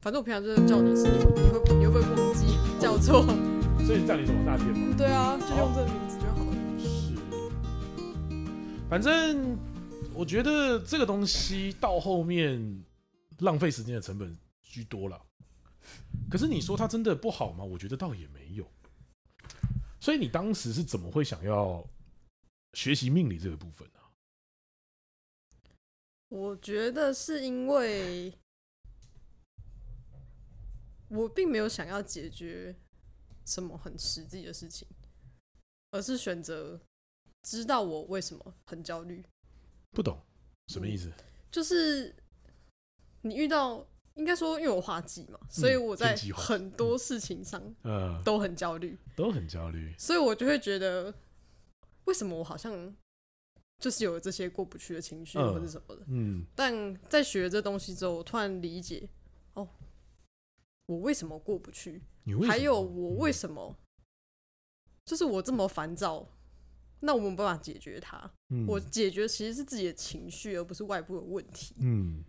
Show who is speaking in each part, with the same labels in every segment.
Speaker 1: 反正我平常就是叫你，是你会你会你会不会忘记叫错？
Speaker 2: 所以叫你什么大天吗？
Speaker 1: 对啊，就用这个名字就好了。
Speaker 2: 是，反正我觉得这个东西到后面浪费时间的成本居多了。可是你说它真的不好吗？我觉得倒也没有。所以你当时是怎么会想要学习命理这个部分啊呢、
Speaker 1: 我觉得是因为我并没有想要解决什么很实际的事情，而是选择知道我为什么很焦虑。
Speaker 2: 不懂什么意思？
Speaker 1: 就是你遇到，应该说因为我画技嘛，所以我在
Speaker 2: 天机画技
Speaker 1: 很多事情上
Speaker 2: 呃，
Speaker 1: 都很焦虑，
Speaker 2: 都很焦虑。
Speaker 1: 所以我就会觉得，为什么我好像就是有这些过不去的情绪
Speaker 2: 嗯
Speaker 1: 或者什么的。
Speaker 2: 嗯，
Speaker 1: 但在学这东西之后，我突然理解，哦，我为什么过不去，
Speaker 2: 你为什么
Speaker 1: 还有我为什么，就是我这么烦躁，那我们没办法解决它。
Speaker 2: 嗯
Speaker 1: 我解决其实是自己的情绪，而不是外部的问题。
Speaker 2: 嗯，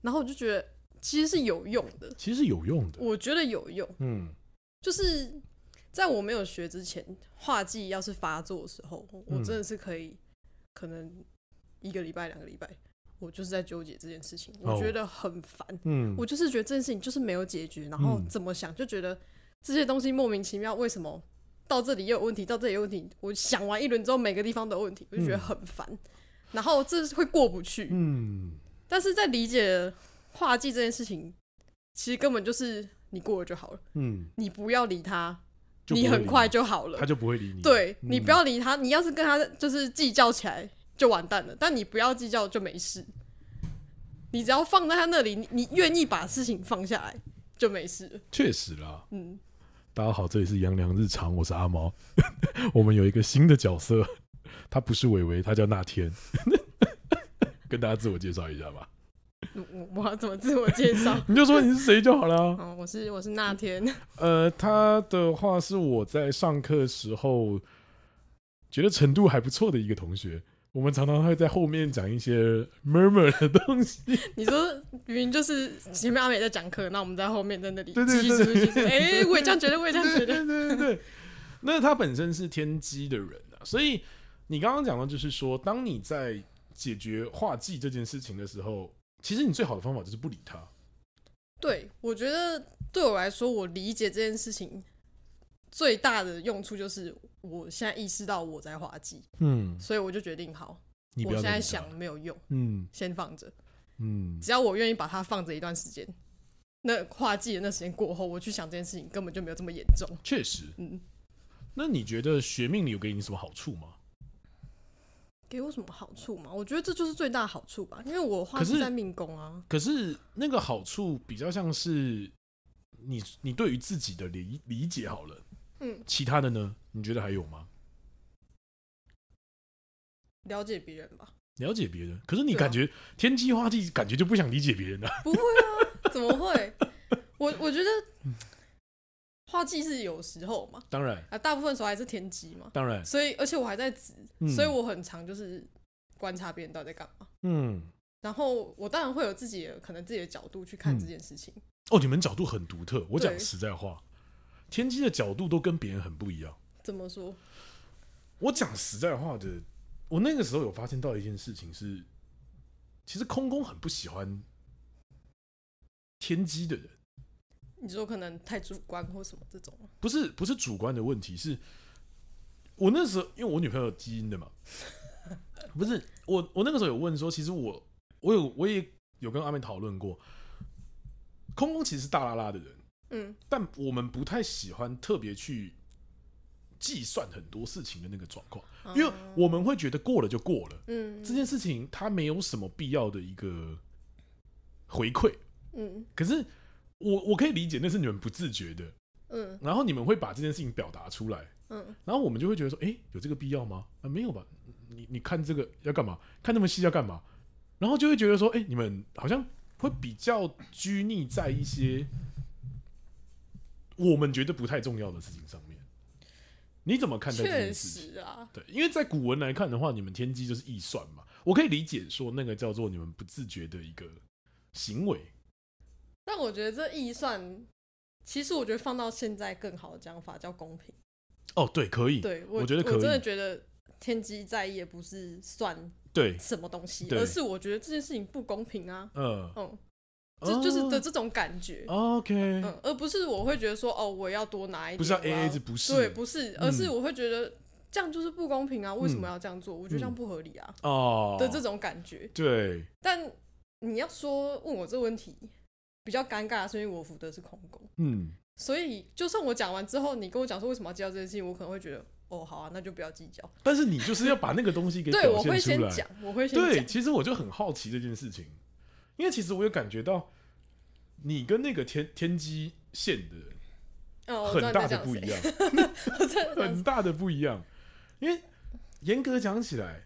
Speaker 1: 然后我就觉得其实是有用的，
Speaker 2: 其实是有用的。
Speaker 1: 我觉得有用。
Speaker 2: 嗯
Speaker 1: 就是在我没有学之前，画技要是发作的时候，我
Speaker 2: 嗯
Speaker 1: 真的是可以，可能一个礼拜、两个礼拜，我就是在纠结这件事情，
Speaker 2: 哦
Speaker 1: 我觉得很烦。
Speaker 2: 嗯，
Speaker 1: 我就是觉得这件事情就是没有解决，然后
Speaker 2: 嗯
Speaker 1: 怎么想就觉得这些东西莫名其妙，为什么到这里也有问题，到这里也有问题？我想完一轮之后，每个地方都有问题，我就觉得很烦，然后这是会过不去。
Speaker 2: 嗯
Speaker 1: 但是在理解画技这件事情，其实根本就是你过了就好了，
Speaker 2: 嗯，
Speaker 1: 你不要理他，
Speaker 2: 就
Speaker 1: 你
Speaker 2: 不会
Speaker 1: 很
Speaker 2: 理
Speaker 1: 快
Speaker 2: 你
Speaker 1: 就好了
Speaker 2: 他。就不会理你。
Speaker 1: 对、
Speaker 2: 嗯
Speaker 1: 你不要理他，你要是跟他就是计较起来就完蛋了，但你不要计较就没事。你只要放在他那里，你你愿意把事情放下来就没事了。
Speaker 2: 确实啦，
Speaker 1: 嗯，
Speaker 2: 大家好，这里是杨良日常，我是阿毛。 我们有一个新的角色，他不是伟伟，他叫那天。 跟大家自我介绍一下吧，？
Speaker 1: 我我我要怎么自我介绍
Speaker 2: 你就说你是谁就好了。
Speaker 1: 哦，我是我是那天，
Speaker 2: 呃，他的话是我在上课时候觉得程度还不错的一个同学。我们常常会在后面讲一些 murmur 的东西，
Speaker 1: 你说明明就是前面阿美在讲课，那我们在后面在那里
Speaker 2: 对对
Speaker 1: 叽叽
Speaker 2: 对
Speaker 1: 叽叽叽，哎、我也这样觉得，我也这样觉
Speaker 2: 对
Speaker 1: 得。
Speaker 2: 对对对对，那他本身是天机的人啊，所以你刚刚讲到，就是说，当你在解决画技这件事情的时候，其实你最好的方法就是不理他。
Speaker 1: 对，我觉得对我来说，我理解这件事情最大的用处就是，我现在意识到我在滑稽，
Speaker 2: 嗯，
Speaker 1: 所以我就决定好，
Speaker 2: 你不
Speaker 1: 我
Speaker 2: 要
Speaker 1: 现在
Speaker 2: 理他
Speaker 1: 想，没有用，
Speaker 2: 嗯
Speaker 1: 先放着。
Speaker 2: 嗯，
Speaker 1: 只要我愿意把它放着一段时间，那跨季的那时间过后，我去想这件事情根本就没有这么严重。
Speaker 2: 确实。
Speaker 1: 嗯，
Speaker 2: 那你觉得学命理有给你什么好处吗？
Speaker 1: 给我什么好处吗？我觉得这就是最大好处吧，因为我画
Speaker 2: 可是
Speaker 1: 技在命宫啊。
Speaker 2: 可是那个好处比较像是你你对于自己的理理解好了，
Speaker 1: 嗯，
Speaker 2: 其他的呢？你觉得还有吗？
Speaker 1: 了解别人吧？
Speaker 2: 了解别人，可是你
Speaker 1: 对啊
Speaker 2: 感觉、天机画技，感觉就不想理解别人了。
Speaker 1: 不会啊，怎么会？ 我我觉得
Speaker 2: 嗯
Speaker 1: 画技是有时候嘛，
Speaker 2: 当然，
Speaker 1: 啊，大部分时候还是天机嘛，
Speaker 2: 当然，
Speaker 1: 所以而且我还在指，
Speaker 2: 嗯
Speaker 1: 所以我很常就是观察别人到底在干嘛。
Speaker 2: 嗯，
Speaker 1: 然后我当然会有自己的可能自己的角度去看这件事情，
Speaker 2: 哦，你们角度很独特。我讲
Speaker 1: 对
Speaker 2: 实在话，天机的角度都跟别人很不一样。
Speaker 1: 怎么说？
Speaker 2: 我讲实在话的，我那个时候有发现到一件事情是，其实空空很不喜欢天机的人，
Speaker 1: 你说可能太主观或什么这种吗，
Speaker 2: 不是不是主观的问题，是我那时候因为我女朋友有基因的嘛，不是我我那个时候有问说，其实我我有我也有跟阿妹讨论过，空空其实是大拉拉的人。
Speaker 1: 嗯，
Speaker 2: 但我们不太喜欢特别去计算很多事情的那个状况，因为我们会觉得过了就过了，
Speaker 1: 嗯
Speaker 2: 这件事情它没有什么必要的一个回馈。
Speaker 1: 嗯
Speaker 2: 可是我我可以理解那是你们不自觉的，
Speaker 1: 嗯
Speaker 2: 然后你们会把这件事情表达出来，
Speaker 1: 嗯，
Speaker 2: 然后我们就会觉得说，诶，有这个必要吗？啊，没有吧？你你看这个要干嘛？看那么细要干嘛？然后就会觉得说，诶，你们好像会比较拘泥在一些我们觉得不太重要的事情上面。你怎么看待这
Speaker 1: 确
Speaker 2: 件事情？
Speaker 1: 实啊，
Speaker 2: 对，因为在古文来看的话，你们天机就是易算嘛，我可以理解说那个叫做你们不自觉的一个行为。
Speaker 1: 但我觉得这易算，其实我觉得放到现在更好的讲法叫公平。
Speaker 2: 哦，对，可以，
Speaker 1: 对
Speaker 2: 我觉得可
Speaker 1: 我真的
Speaker 2: 以，
Speaker 1: 觉得天机在意也不是算
Speaker 2: 对，
Speaker 1: 什么东西，
Speaker 2: 对
Speaker 1: 而是我觉得这件事情不公平啊。
Speaker 2: 嗯，
Speaker 1: 嗯，就就是的
Speaker 2: 哦
Speaker 1: 这种感觉。
Speaker 2: OK，
Speaker 1: 嗯，而不是我会觉得说哦，我要多拿一点，
Speaker 2: 不是要
Speaker 1: 我要
Speaker 2: AA 制，不
Speaker 1: 哦对，
Speaker 2: 是嗯
Speaker 1: 不是，而是我会觉得这样就是不公平啊，为什么要这样做？我觉得这样不合理啊
Speaker 2: 嗯哦，
Speaker 1: 的这种感觉。
Speaker 2: 对，
Speaker 1: 但你要说问我这问题比较尴尬，是因为我服的是空工，
Speaker 2: 嗯，
Speaker 1: 所以就算我讲完之后，你跟我讲说为什么要计较这件事情，我可能会觉得哦，好啊，那就不要计较。
Speaker 2: 但是你就是要把那个东西给
Speaker 1: 对，
Speaker 2: 表
Speaker 1: 我会
Speaker 2: 现
Speaker 1: 先
Speaker 2: 出来。
Speaker 1: 讲，我会先
Speaker 2: 对，
Speaker 1: 讲，
Speaker 2: 其实我就很好奇这件事情，因为其实我有感觉到你跟那个天天机线的人
Speaker 1: 嗯，我知道
Speaker 2: 很
Speaker 1: 你在
Speaker 2: 大的
Speaker 1: 讲
Speaker 2: 不一
Speaker 1: 谁，
Speaker 2: 样，
Speaker 1: 我知道你在讲
Speaker 2: 很大的不一样。因为严格讲起来，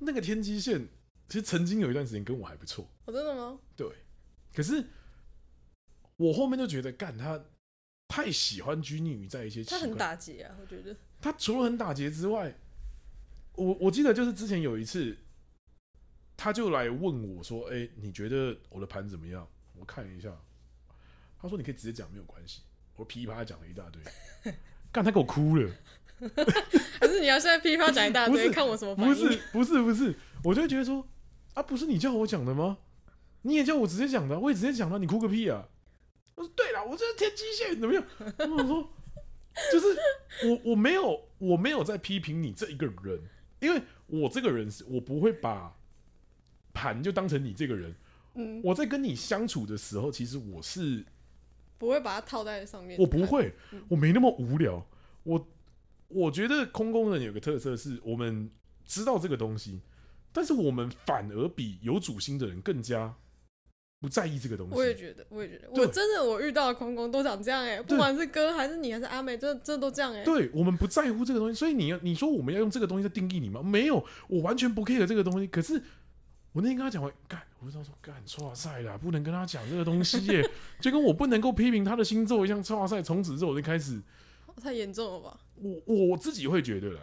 Speaker 2: 那个天机线其实曾经有一段时间跟我还不错，
Speaker 1: 我哦真的吗？
Speaker 2: 对。可是我后面就觉得，干他太喜欢拘泥于在一些奇
Speaker 1: 他很
Speaker 2: 怪
Speaker 1: 打劫啊，我觉得，
Speaker 2: 他除了很打劫之外，我我记得就是之前有一次，他就来问我说：“哎、你觉得我的盘怎么样？”我看一下，他说：“你可以直接讲，没有关系。”我噼啪讲了一大堆， 干他给我哭了，
Speaker 1: 可是你要现在噼啪讲一大
Speaker 2: 不是
Speaker 1: 堆，看我什么反
Speaker 2: 不
Speaker 1: 应？
Speaker 2: 是不是不是，我就会觉得说啊，不是你叫我讲的吗？你也叫我直接讲的啊，我也直接讲了，你哭个屁啊！我说对了，我这是天机线怎么样？我说就是我我没有我没有在批评你这一个人，因为我这个人是我不会把盘就当成你这个人。
Speaker 1: 嗯，
Speaker 2: 我在跟你相处的时候，其实我是
Speaker 1: 不会把它套在上面。
Speaker 2: 我不，会，
Speaker 1: 嗯
Speaker 2: 我没那么无聊。我我觉得空工人有个特色是，我们知道这个东西，但是我们反而比有主心的人更加不在意这个东
Speaker 1: 我也
Speaker 2: 西。
Speaker 1: 觉得，我也觉得，
Speaker 2: 对
Speaker 1: 我真的我遇到的空工都长这样哎、不管是哥还是你还是阿美，真的真的都这样哎、
Speaker 2: 对，我们不在乎这个东西，所以你你说我们要用这个东西在定义你吗？没有，我完全不 care 这个东西。可是我那天跟他讲完，干，我就说干，哇塞啦，不能跟他讲这个东西耶，就跟我不能够批评他的星座一样。哇塞，从此之后我就开始，
Speaker 1: 哦太严重了吧？
Speaker 2: 我我自己会觉得啦，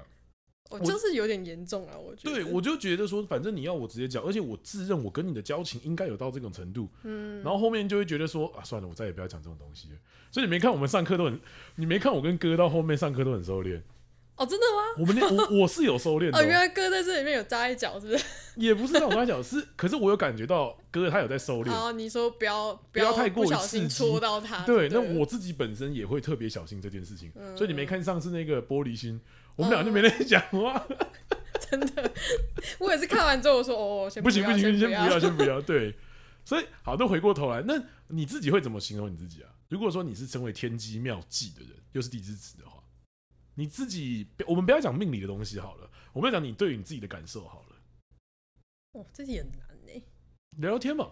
Speaker 1: 我就是有点严重了，我觉得。
Speaker 2: 对，我就觉得说，反正你要我直接讲，而且我自认我跟你的交情应该有到这种程度，嗯，然后后面就会觉得说啊，算了，我再也不要讲这种东西了。所以你没看我们上课都很，你没看我跟哥到后面上课都很收敛，
Speaker 1: 哦，真的吗？
Speaker 2: 我们那我我 是有收敛的
Speaker 1: 哦，原
Speaker 2: 哦、
Speaker 1: 来哥在这里面有扎一脚，是不是？
Speaker 2: 也不是让我跟他讲，是，可是我有感觉到哥他有在收敛，
Speaker 1: 好，你说不要不
Speaker 2: 要
Speaker 1: 要
Speaker 2: 太过于
Speaker 1: 不小心
Speaker 2: 刺激
Speaker 1: 戳到他。
Speaker 2: 对，那
Speaker 1: 了
Speaker 2: 我自己本身也会特别小心这件事情，
Speaker 1: 嗯
Speaker 2: 所以你没看上次那个玻璃心，我们俩
Speaker 1: 嗯
Speaker 2: 就没在讲话，
Speaker 1: 真的， 我也是看完之后我说哦，先
Speaker 2: 不行
Speaker 1: 要
Speaker 2: 不行，先
Speaker 1: 先
Speaker 2: 不
Speaker 1: 要
Speaker 2: 要，。先不要。 对，所以好，那回过头来，那你自己会怎么形容你自己啊？如果说你是成为天机妙计的人，又是地支子的话，你自己，我们不要讲命理的东西好了，我们要讲你对于你自己的感受好了。
Speaker 1: 哦，这题很难哎，
Speaker 2: 聊聊天嘛，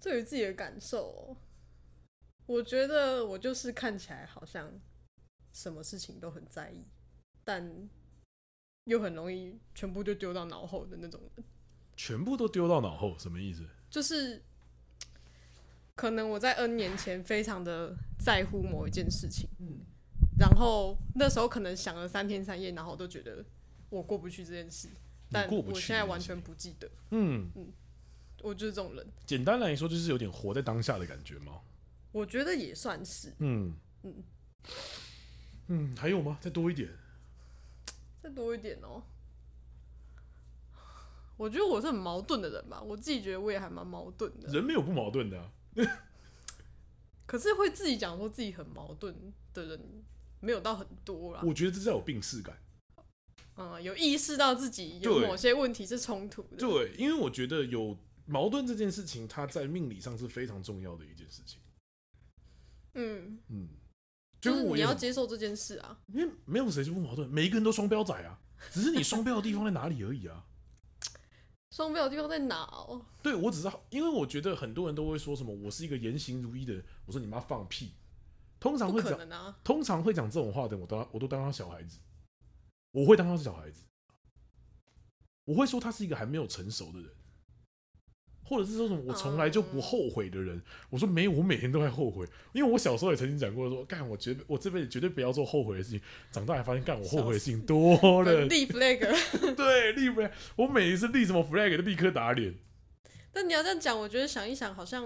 Speaker 1: 对于自己的感受哦，我觉得我就是看起来好像什么事情都很在意，但又很容易全部就丢到脑后的那种人，
Speaker 2: 全部都丢到脑后，什么意思？
Speaker 1: 就是。可能我在 N 年前非常的在乎某一件事情，
Speaker 2: 嗯，
Speaker 1: 然后那时候可能想了三天三夜，然后我都觉得我过不去这件事，但
Speaker 2: 过不
Speaker 1: 我
Speaker 2: 去
Speaker 1: 现在
Speaker 2: 这件
Speaker 1: 完
Speaker 2: 事
Speaker 1: 全不记得，
Speaker 2: 嗯，
Speaker 1: 我就是这种人，
Speaker 2: 简单来说就是有点活在当下的感觉嘛。
Speaker 1: 我觉得也算是。
Speaker 2: 嗯
Speaker 1: 嗯
Speaker 2: 嗯，还有吗？再多一点。
Speaker 1: 再多一点哦、我觉得我是很矛盾的人吧，我自己觉得我也还蛮矛盾的，
Speaker 2: 人没有不矛盾的啊、
Speaker 1: 可是会自己讲说自己很矛盾的人没有到很多啦。
Speaker 2: 我觉得这叫有病耻感。
Speaker 1: 嗯，有意识到自己有
Speaker 2: 对
Speaker 1: 某些问题是冲突的。
Speaker 2: 对，因为我觉得有矛盾这件事情，它在命理上是非常重要的一件事情。
Speaker 1: 嗯，
Speaker 2: 嗯，
Speaker 1: 就是
Speaker 2: 跟我
Speaker 1: 你
Speaker 2: 也
Speaker 1: 要
Speaker 2: 很，
Speaker 1: 接受这件事啊。
Speaker 2: 因为没有谁是不矛盾，每一个人都双标仔啊，只是你双标的地方在哪里而已啊。
Speaker 1: 双标的地方在哪哦？
Speaker 2: 对我只是好因为我觉得很多人都会说什么我是一个言行如一的人，我说你妈放屁，通常
Speaker 1: 不
Speaker 2: 会
Speaker 1: 可
Speaker 2: 讲
Speaker 1: 能啊！
Speaker 2: 通常会讲这种话的人，我当我都当他小孩子，我会当他是小孩子，我会说他是一个还没有成熟的人，或者是说什么我从来就
Speaker 1: 哦
Speaker 2: 不后悔的人。我说没有，我每天都在后悔，因为我小时候也曾经讲过说，干我绝我这辈子绝对不要做后悔的事情。长大还发现，干我后悔的事情多了
Speaker 1: 本，地 flag，
Speaker 2: 对，立不了。我每一次立什么 flag 都立刻打脸，
Speaker 1: 但你要这样讲，我觉得想一想，好像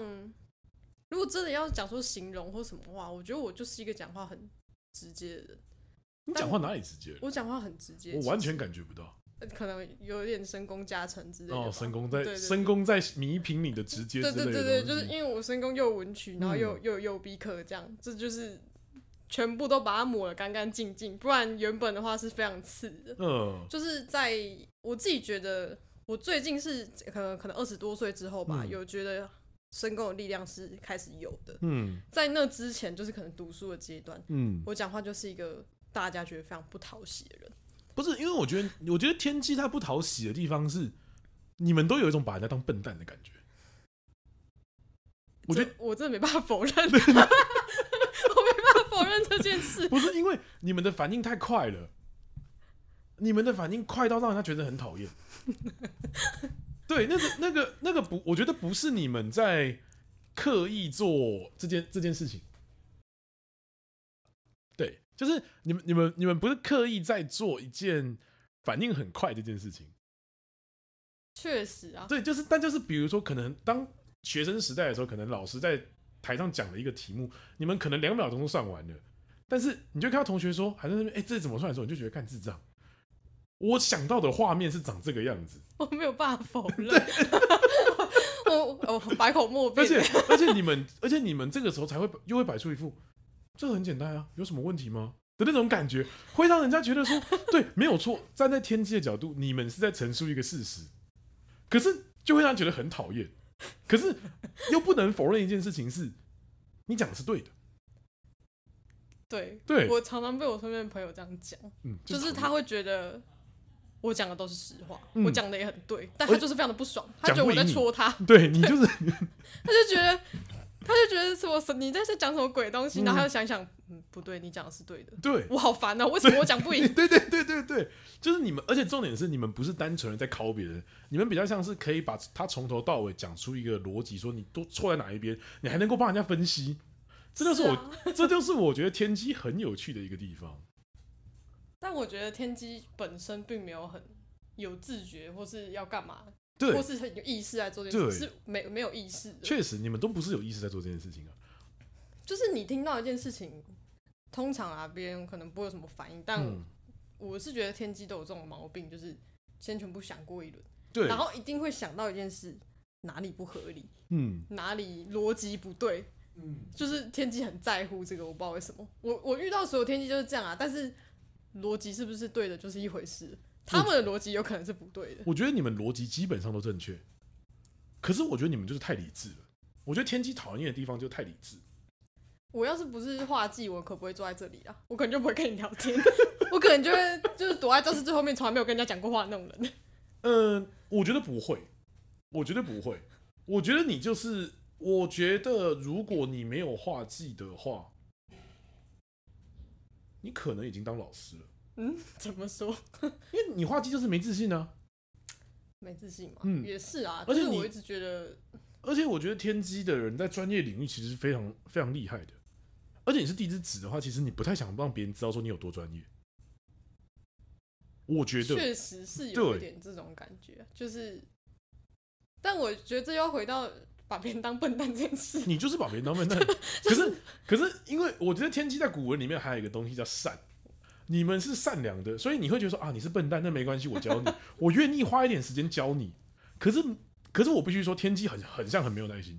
Speaker 1: 如果真的要讲说形容或什么话，我觉得我就是一个讲话很直接的人。
Speaker 2: 你讲话哪里直接了？
Speaker 1: 我讲话很直接，
Speaker 2: 我完
Speaker 1: 其实
Speaker 2: 全感觉不到。
Speaker 1: 呃可能有点深宫加成之类的吧。
Speaker 2: 哦，深宫
Speaker 1: 对
Speaker 2: 在
Speaker 1: 对对
Speaker 2: 深宫在弥平你的直接之
Speaker 1: 对
Speaker 2: 类的
Speaker 1: 对
Speaker 2: 东西。
Speaker 1: 对对，就是因为我深宫又有文曲，然后
Speaker 2: 嗯
Speaker 1: 又、又有右鼻科，这样这就是全部都把它抹得干干净净，不然原本的话是非常刺的。
Speaker 2: 嗯
Speaker 1: 就是在我自己觉得，我最近是可能可能二十多岁之后吧，
Speaker 2: 嗯
Speaker 1: 有觉得深宫的力量是开始有的。
Speaker 2: 嗯
Speaker 1: 在那之前，就是可能读书的阶段，
Speaker 2: 嗯，
Speaker 1: 我讲话就是一个大家觉得非常不讨喜的人。
Speaker 2: 不是，因为我觉得，我觉得天机他不讨喜的地方是，你们都有一种把人家当笨蛋的感觉。我觉得
Speaker 1: 这我真的没办法 否认， 我没办法否认这件事。
Speaker 2: 不是因为你们的反应太快了，你们的反应快到让人家觉得很讨厌。对，那个、那个、那个不，我觉得不是你们在刻意做这件这件事情。对，就是你们、你们、你们不是刻意在做一件反应很快这件事情。
Speaker 1: 确实啊，
Speaker 2: 对，就是但就是比如说，可能当学生时代的时候，可能老师在台上讲了一个题目，你们可能两秒钟都算完了，但是你就看到同学说还在那边，哎、这怎么算的时候，你就觉得看智障。我想到的画面是长这个样子，
Speaker 1: 我没有办法 否认。我 我我百口莫辩
Speaker 2: 而。且而且你们而且你们这个时候才会又会摆出一副这很简单啊，有什么问题吗的那种感觉，会让人家觉得说对，没有错，站在天机的角度，你们是在陈述一个事实，可是就会让人觉得很讨厌，可是又不能否认一件事情是，你讲的是对的，
Speaker 1: 对，
Speaker 2: 对，
Speaker 1: 我常常被我身边的朋友这样讲，
Speaker 2: 嗯，
Speaker 1: 就是
Speaker 2: 讨
Speaker 1: 他
Speaker 2: 厌
Speaker 1: 会觉得我讲的都是实话，
Speaker 2: 嗯
Speaker 1: 我讲的也很对，但他就是非常的不爽，他
Speaker 2: 讲
Speaker 1: 觉得
Speaker 2: 不
Speaker 1: 我在
Speaker 2: 赢你
Speaker 1: 戳他，
Speaker 2: 对你就是
Speaker 1: 他就觉得。他就觉得什么什你在这讲什么鬼东西，
Speaker 2: 嗯
Speaker 1: 然后他就想一想，嗯，不对，你讲的是对的，
Speaker 2: 对，
Speaker 1: 我好烦哦、为什么我讲不赢？
Speaker 2: 对对 对对对，就是你们，而且重点是你们不是单纯的在拷别人，你们比较像是可以把他从头到尾讲出一个逻辑，说你都错在哪一边，你还能够帮人家分析。这就是我，
Speaker 1: 啊
Speaker 2: 这就是我觉得天机很有趣的一个地方。
Speaker 1: 但我觉得天机本身并没有很有自觉，或是要干嘛，或
Speaker 2: 对，
Speaker 1: 是很有意识来做这件事，
Speaker 2: 对
Speaker 1: 是没没有意识的。
Speaker 2: 确实你们都不是有意识在做这件事情啊。
Speaker 1: 就是你听到一件事情，通常啊，别人可能不会有什么反应，但
Speaker 2: 嗯，
Speaker 1: 我是觉得天机都有这种毛病，就是先全部想过一轮，
Speaker 2: 对
Speaker 1: 然，后一定会想到一件事，哪里不合理，
Speaker 2: 嗯
Speaker 1: 哪里逻辑不对，
Speaker 2: 嗯，
Speaker 1: 就是天机很在乎这个，我不知道为什么。我我遇到所有天机就是这样啊，但是逻辑是不是对的，就是一回事。他们的逻辑有可能是不对的，
Speaker 2: 我觉得你们逻辑基本上都正确，可是我觉得你们就是太理智了。我觉得天机讨厌的地方就是太理智。
Speaker 1: 我要是不是画技，我可不会坐在这里啊，我可能就不会跟你聊天， 我可能就会就是躲在教室最后面，从来没有跟人家讲过话的那种 人。
Speaker 2: 嗯，我觉得不会，我觉得不会，我觉得你就是，我觉得如果你没有画技的话，你可能已经当老师了，
Speaker 1: 嗯，怎么说？
Speaker 2: 因为你画技就是没自信啊。
Speaker 1: 没自信嘛，
Speaker 2: 嗯
Speaker 1: 也是啊。
Speaker 2: 而且
Speaker 1: 但是
Speaker 2: 你
Speaker 1: 我一直觉得
Speaker 2: 而且我觉得天机的人在专业领域其实是非常非常厉害的，而且你是地之子的话，其实你不太想让别人知道说你有多专业。我觉得，
Speaker 1: 确实是有一
Speaker 2: 对
Speaker 1: 点这种感觉，就是，但我觉得这要回到把别人当笨蛋这件事。
Speaker 2: 你就是把别人当 笨蛋。可是，可是，因为我觉得天机在古文里面还有一个东西叫善，你们是善良的，所以你会觉得说啊，你是笨蛋，那没关系，我教 你，我愿意花一点时间教你。可是，可是我必须说，天机很很像很没有耐心。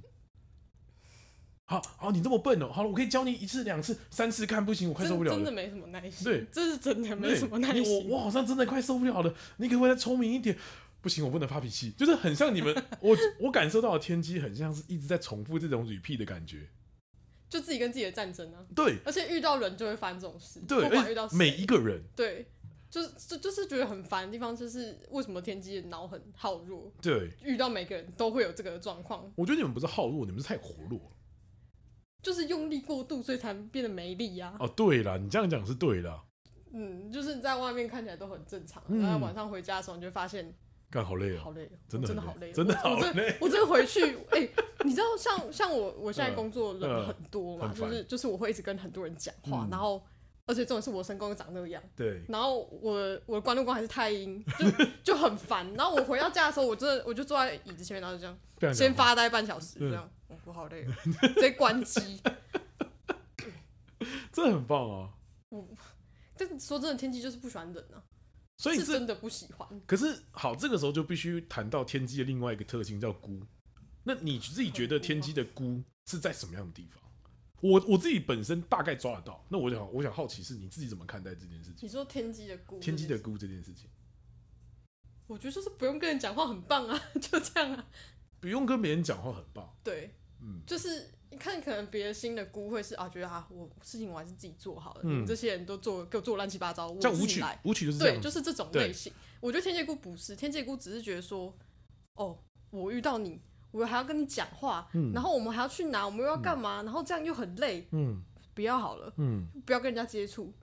Speaker 2: 好好，你这么笨哦、好了，我可以教你一次、两次、三次，看不行，我快
Speaker 1: 真
Speaker 2: 受不了
Speaker 1: 真
Speaker 2: 了
Speaker 1: 的。没什么耐心，
Speaker 2: 对
Speaker 1: 这是真的没
Speaker 2: 对
Speaker 1: 什么耐
Speaker 2: 你
Speaker 1: 心。
Speaker 2: 我我好像真的快受不了了，你可不可以再聪明一点？不行，我不能发脾气，就是很像你们，我我感受到的天机很像是一直在重复这种 repeat 的感觉。
Speaker 1: 就自己跟自己的战争啊，
Speaker 2: 对，
Speaker 1: 而且遇到人就会发生这种事，
Speaker 2: 对，
Speaker 1: 不管遇到
Speaker 2: 而且
Speaker 1: 谁
Speaker 2: 每一个人，
Speaker 1: 对，就是就就是觉得很烦的地方，就是为什么天机的脑很好弱，
Speaker 2: 对
Speaker 1: 遇到每个人都会有这个状况，
Speaker 2: 我觉得你们不是好弱，你们是太活络了。
Speaker 1: 就是用力过度，所以才变得没力啊。
Speaker 2: 哦，对啦，你这样讲是对啦，
Speaker 1: 嗯，就是在外面看起来都很正常，
Speaker 2: 嗯
Speaker 1: 然后晚上回家的时候你就会发现
Speaker 2: 干好累哦、
Speaker 1: 好累哦，
Speaker 2: 真
Speaker 1: 我
Speaker 2: 的
Speaker 1: 真
Speaker 2: 很
Speaker 1: 的好累哦，
Speaker 2: 真的
Speaker 1: 我
Speaker 2: 好
Speaker 1: 真
Speaker 2: 累。
Speaker 1: 我真的回去，哎、你知道像像我我现在工作
Speaker 2: 嗯
Speaker 1: 人很多嘛，
Speaker 2: 很
Speaker 1: 就
Speaker 2: 烦
Speaker 1: 是就是我会一直跟很多人讲话，
Speaker 2: 嗯
Speaker 1: 然后而且重点是我身高又长那样，
Speaker 2: 对，
Speaker 1: 然后我我的关渡宫还是太阴， 就就很烦。然后我回到家的时候，我真的我就坐在椅子前面，然后就这样
Speaker 2: 不想
Speaker 1: 先
Speaker 2: 讲话。
Speaker 1: 发呆半小时，
Speaker 2: 嗯
Speaker 1: 这样、哦我好累、哦， 直接关机。
Speaker 2: 这很棒啊！
Speaker 1: 但说真的，天气就是不喜欢人啊，
Speaker 2: 所以
Speaker 1: 是
Speaker 2: 这
Speaker 1: 真的不喜欢。
Speaker 2: 可是好，这个时候就必须谈到天机的另外一个特性叫孤。那你自己觉得天机的孤是在什么样的地方？我我自己本身大概抓得到。那我想我想好奇是你自己怎么看待这件事情？
Speaker 1: 你说天机的孤，
Speaker 2: 天机的，孤这件事情，
Speaker 1: 我觉得就是不用跟人讲话很棒啊， 就这样啊。
Speaker 2: 不用跟别人讲话很棒。
Speaker 1: 对，
Speaker 2: 嗯，
Speaker 1: 就是你看，可能别的新的姑会是啊，觉得啊，我事情我还是自己做好了，
Speaker 2: 嗯
Speaker 1: 你们这些人都做给我做乱七八糟，我
Speaker 2: 像
Speaker 1: 自
Speaker 2: 舞
Speaker 1: 己
Speaker 2: 曲
Speaker 1: 来，，
Speaker 2: 舞曲就是这
Speaker 1: 对，
Speaker 2: 样
Speaker 1: 就
Speaker 2: 子。
Speaker 1: 是这种
Speaker 2: 对
Speaker 1: 类型。我觉得天界姑不是，天界姑只是觉得说，哦，我遇到你，我还要跟你讲话，
Speaker 2: 嗯
Speaker 1: 然后我们还要去哪，我们又要干嘛，然后这样又很累，
Speaker 2: 嗯
Speaker 1: 不要好了，
Speaker 2: 嗯
Speaker 1: 不要跟人家接触，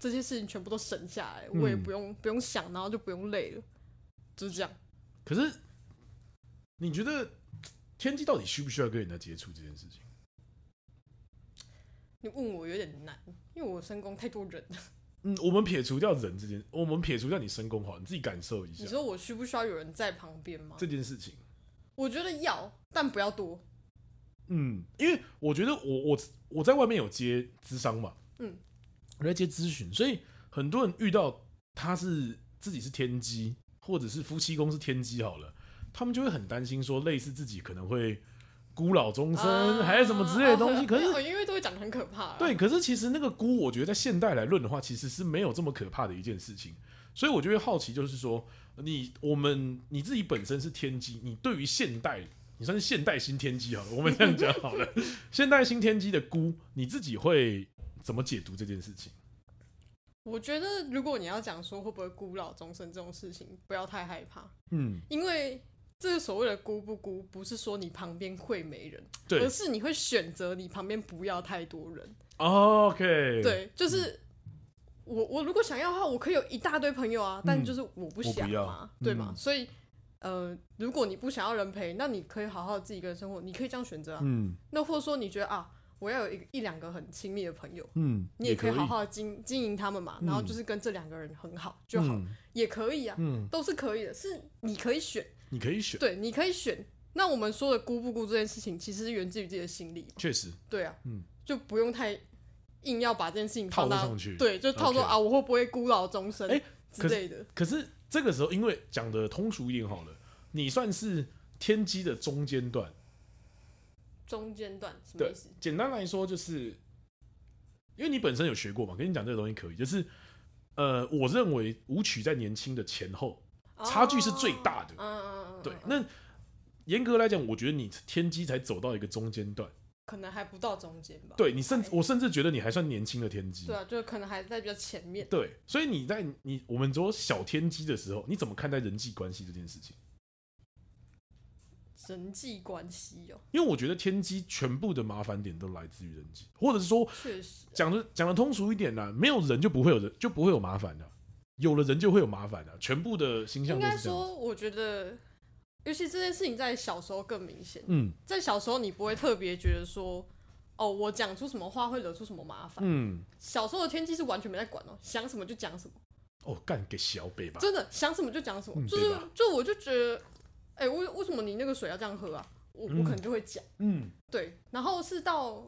Speaker 1: 这些事情全部都省下来，
Speaker 2: 嗯
Speaker 1: 我也不用、不用想，然后就不用累了，就是这样。
Speaker 2: 可是你觉得天机到底需不需要跟人家接触这件事情？
Speaker 1: 你问我有点难，因为我身宫太多人了。
Speaker 2: 嗯，我们撇除掉人这件，我们撇除掉你身宫好，你自己感受一
Speaker 1: 你
Speaker 2: 下
Speaker 1: 说我需不需要有人在旁边吗？
Speaker 2: 啊这件事情。
Speaker 1: 我觉得要，但不要多。
Speaker 2: 嗯，因为我觉得我我我在外面有接咨商嘛，
Speaker 1: 嗯，
Speaker 2: 我在接咨询，所以很多人遇到他是自己是天机，或者是夫妻宫是天机好了，他们就会很担心说，类似自己可能会孤老终生，
Speaker 1: 啊
Speaker 2: 还是什么之类的东西。
Speaker 1: 啊
Speaker 2: 可是
Speaker 1: 哦因为都会讲得很可怕啊。
Speaker 2: 对，可是其实那个孤，我觉得在现代来论的话，其实是没有这么可怕的一件事情。所以我就会好奇，就是说，你我们你自己本身是天机，你对于现代，你算是现代新天机好了，我们这样讲 好了，现代新天机的孤，你自己会怎么解读这件事情？
Speaker 1: 我觉得如果你要讲说会不会孤老终生这种事情，不要太害怕，
Speaker 2: 嗯，
Speaker 1: 因为这个所谓的孤不孤，不是说你旁边会没人，
Speaker 2: 对
Speaker 1: 而是你会选择你旁边不要太多人。
Speaker 2: 哦，OK，，
Speaker 1: 对，就是。
Speaker 2: 嗯
Speaker 1: 我我如果想要的话，我可以有一大堆朋友啊，但
Speaker 2: 嗯
Speaker 1: 就是我不
Speaker 2: 我不
Speaker 1: 想
Speaker 2: 要
Speaker 1: 嘛，对吗？
Speaker 2: 嗯
Speaker 1: 所以，呃，如果你不想要人陪，那你可以好好自己一个人生活，你可以这样选择啊。
Speaker 2: 嗯
Speaker 1: 那或者说你觉得啊，我要有一一两个很亲密的朋友，
Speaker 2: 嗯，
Speaker 1: 你
Speaker 2: 也
Speaker 1: 可以
Speaker 2: 以
Speaker 1: 好好地经经营他们嘛，
Speaker 2: 嗯
Speaker 1: 然后就是跟这两个人很好就好，
Speaker 2: 嗯
Speaker 1: 也可以啊，
Speaker 2: 嗯，
Speaker 1: 都是可以的，是你可以选，
Speaker 2: 你可以选，
Speaker 1: 对，你可以选。那我们说的孤不孤这件事情，其实是源自于自己的心理嘛，
Speaker 2: 确实，
Speaker 1: 对啊，
Speaker 2: 嗯，
Speaker 1: 就不用太硬要把这件事情
Speaker 2: 套
Speaker 1: 放
Speaker 2: 路
Speaker 1: 到
Speaker 2: 上去
Speaker 1: 对，就套说
Speaker 2: OK
Speaker 1: 啊，我会不会孤老终生
Speaker 2: 哎
Speaker 1: 之类的，
Speaker 2: 可是这个时候，因为讲的通俗一点好了，你算是天机的中间段。
Speaker 1: 中间段什么
Speaker 2: 对
Speaker 1: 意思？，
Speaker 2: 简单来说就是，因为你本身有学过嘛，跟你讲这个东西可以，就是呃，我认为舞曲在年轻的前后差距是最大的
Speaker 1: 哦嗯嗯嗯嗯，
Speaker 2: 对
Speaker 1: 嗯，
Speaker 2: 那严格来讲，我觉得你天机才走到一个中间段，
Speaker 1: 可能还不到中间吧，
Speaker 2: 对你甚我甚至觉得你还算年轻的天机
Speaker 1: 对，啊，就可能还在比较前面。
Speaker 2: 对，所以你在你我们说小天机的时候，你怎么看待人际关系这件事情？
Speaker 1: 人际关系哦、
Speaker 2: 因为我觉得天机全部的麻烦点都来自于人际，或者是说
Speaker 1: 确实
Speaker 2: 讲的讲的通俗一点啦、没有人就不会有人就不会有麻烦的、有了人就会有麻烦的、全部的形象
Speaker 1: 应
Speaker 2: 都
Speaker 1: 该
Speaker 2: 是这样子。
Speaker 1: 说，我觉得，尤其这件事情在小时候更明显。
Speaker 2: 嗯
Speaker 1: 在小时候，你不会特别觉得说，哦，我讲出什么话会惹出什么麻烦。
Speaker 2: 嗯，
Speaker 1: 小时候的天气是完全没在管哦，想什么就讲什么，
Speaker 2: 哦，干给小北吧，
Speaker 1: 真的想什么就讲什么，
Speaker 2: 嗯
Speaker 1: 就是
Speaker 2: 对吧
Speaker 1: 就我就觉得，哎、为为什么你那个水要这样喝啊？我我
Speaker 2: 嗯
Speaker 1: 可能就会讲。
Speaker 2: 嗯
Speaker 1: 对，然后是到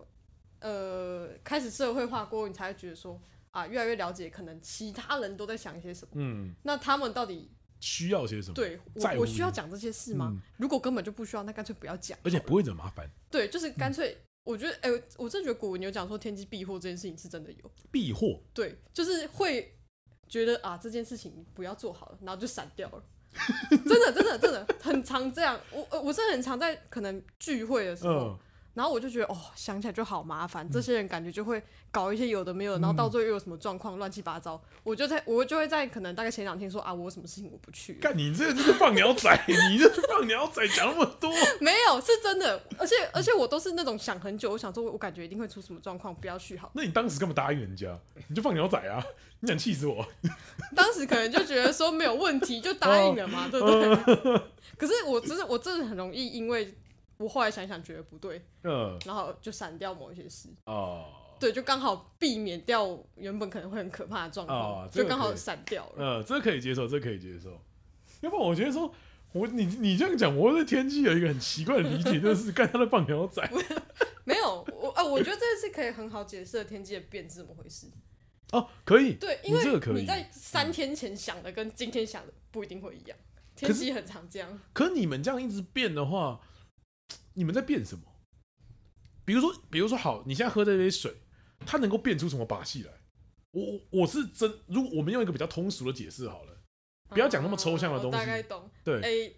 Speaker 1: 呃开始社会化过后，你才会觉得说啊，越来越了解，可能其他人都在想一些什么，
Speaker 2: 嗯，
Speaker 1: 那他们到底
Speaker 2: 需要些什么？，
Speaker 1: 对
Speaker 2: 在
Speaker 1: 我
Speaker 2: 乎
Speaker 1: 我需要讲这些事吗？
Speaker 2: 嗯
Speaker 1: 如果根本就不需要，那干脆不要讲。
Speaker 2: 而且不会惹麻烦，
Speaker 1: 对，就是干脆，我觉得，哎、我真的觉得古文有讲说天机避祸这件事情是真的有，
Speaker 2: 避祸。
Speaker 1: 对，就是会觉得啊这件事情不要做好了，然后就闪掉了。 真的，真的，真的，很常这样。我呃我真的很常在可能聚会的时候，
Speaker 2: 嗯，
Speaker 1: 然后我就觉得哦，想起来就好麻烦。这些人感觉就会搞一些有的没有的，然后
Speaker 2: 嗯
Speaker 1: 到最后又有什么状况，乱七八糟。我就在我就会在可能大概前两天说啊，我有什么事情我不去了，
Speaker 2: 干你这个就是放鸟仔， 你这是放鸟仔，讲那么多。
Speaker 1: 没有，是真的，而且而且我都是那种想很久，我想说，我感觉一定会出什么状况，不要去好。
Speaker 2: 那你当时干嘛答应人家？你就放鸟仔啊！你想气死我？
Speaker 1: 当时可能就觉得说没有问题，就答应了
Speaker 2: 哦
Speaker 1: 嘛，对不对？可是我真的我真的很容易，因为我后来想想觉得不对，
Speaker 2: 嗯
Speaker 1: 然后就闪掉某一些事。
Speaker 2: 哦，
Speaker 1: 对，就刚好避免掉原本可能会很可怕的状况，
Speaker 2: 哦这
Speaker 1: 就
Speaker 2: 个
Speaker 1: 刚好
Speaker 2: 可以
Speaker 1: 闪掉了。
Speaker 2: 呃，这可以接受，这可以接受。要不然我觉得说，我你你这样讲，我对天气有一个很奇怪的 理解，就是干他的棒球仔。
Speaker 1: 没有，我啊，我觉得这是可以很好解释的天气的变是怎么回事。
Speaker 2: 哦，可以，
Speaker 1: 对，
Speaker 2: 你
Speaker 1: 因
Speaker 2: 这个
Speaker 1: 为
Speaker 2: 可以嗯
Speaker 1: 你在三天前想的跟今天想的不一定会一样，天
Speaker 2: 可是
Speaker 1: 气很常这样。
Speaker 2: 可你们这样一直变的话，你们在变什么？比如说，比如说，好，你现在喝这杯水，它能够变出什么把戏来？我我是真，如果我们用一个比较通俗的解释好了，不要讲那么抽象的
Speaker 1: 啊
Speaker 2: 东西
Speaker 1: 我大概懂。
Speaker 2: 对
Speaker 1: 哎、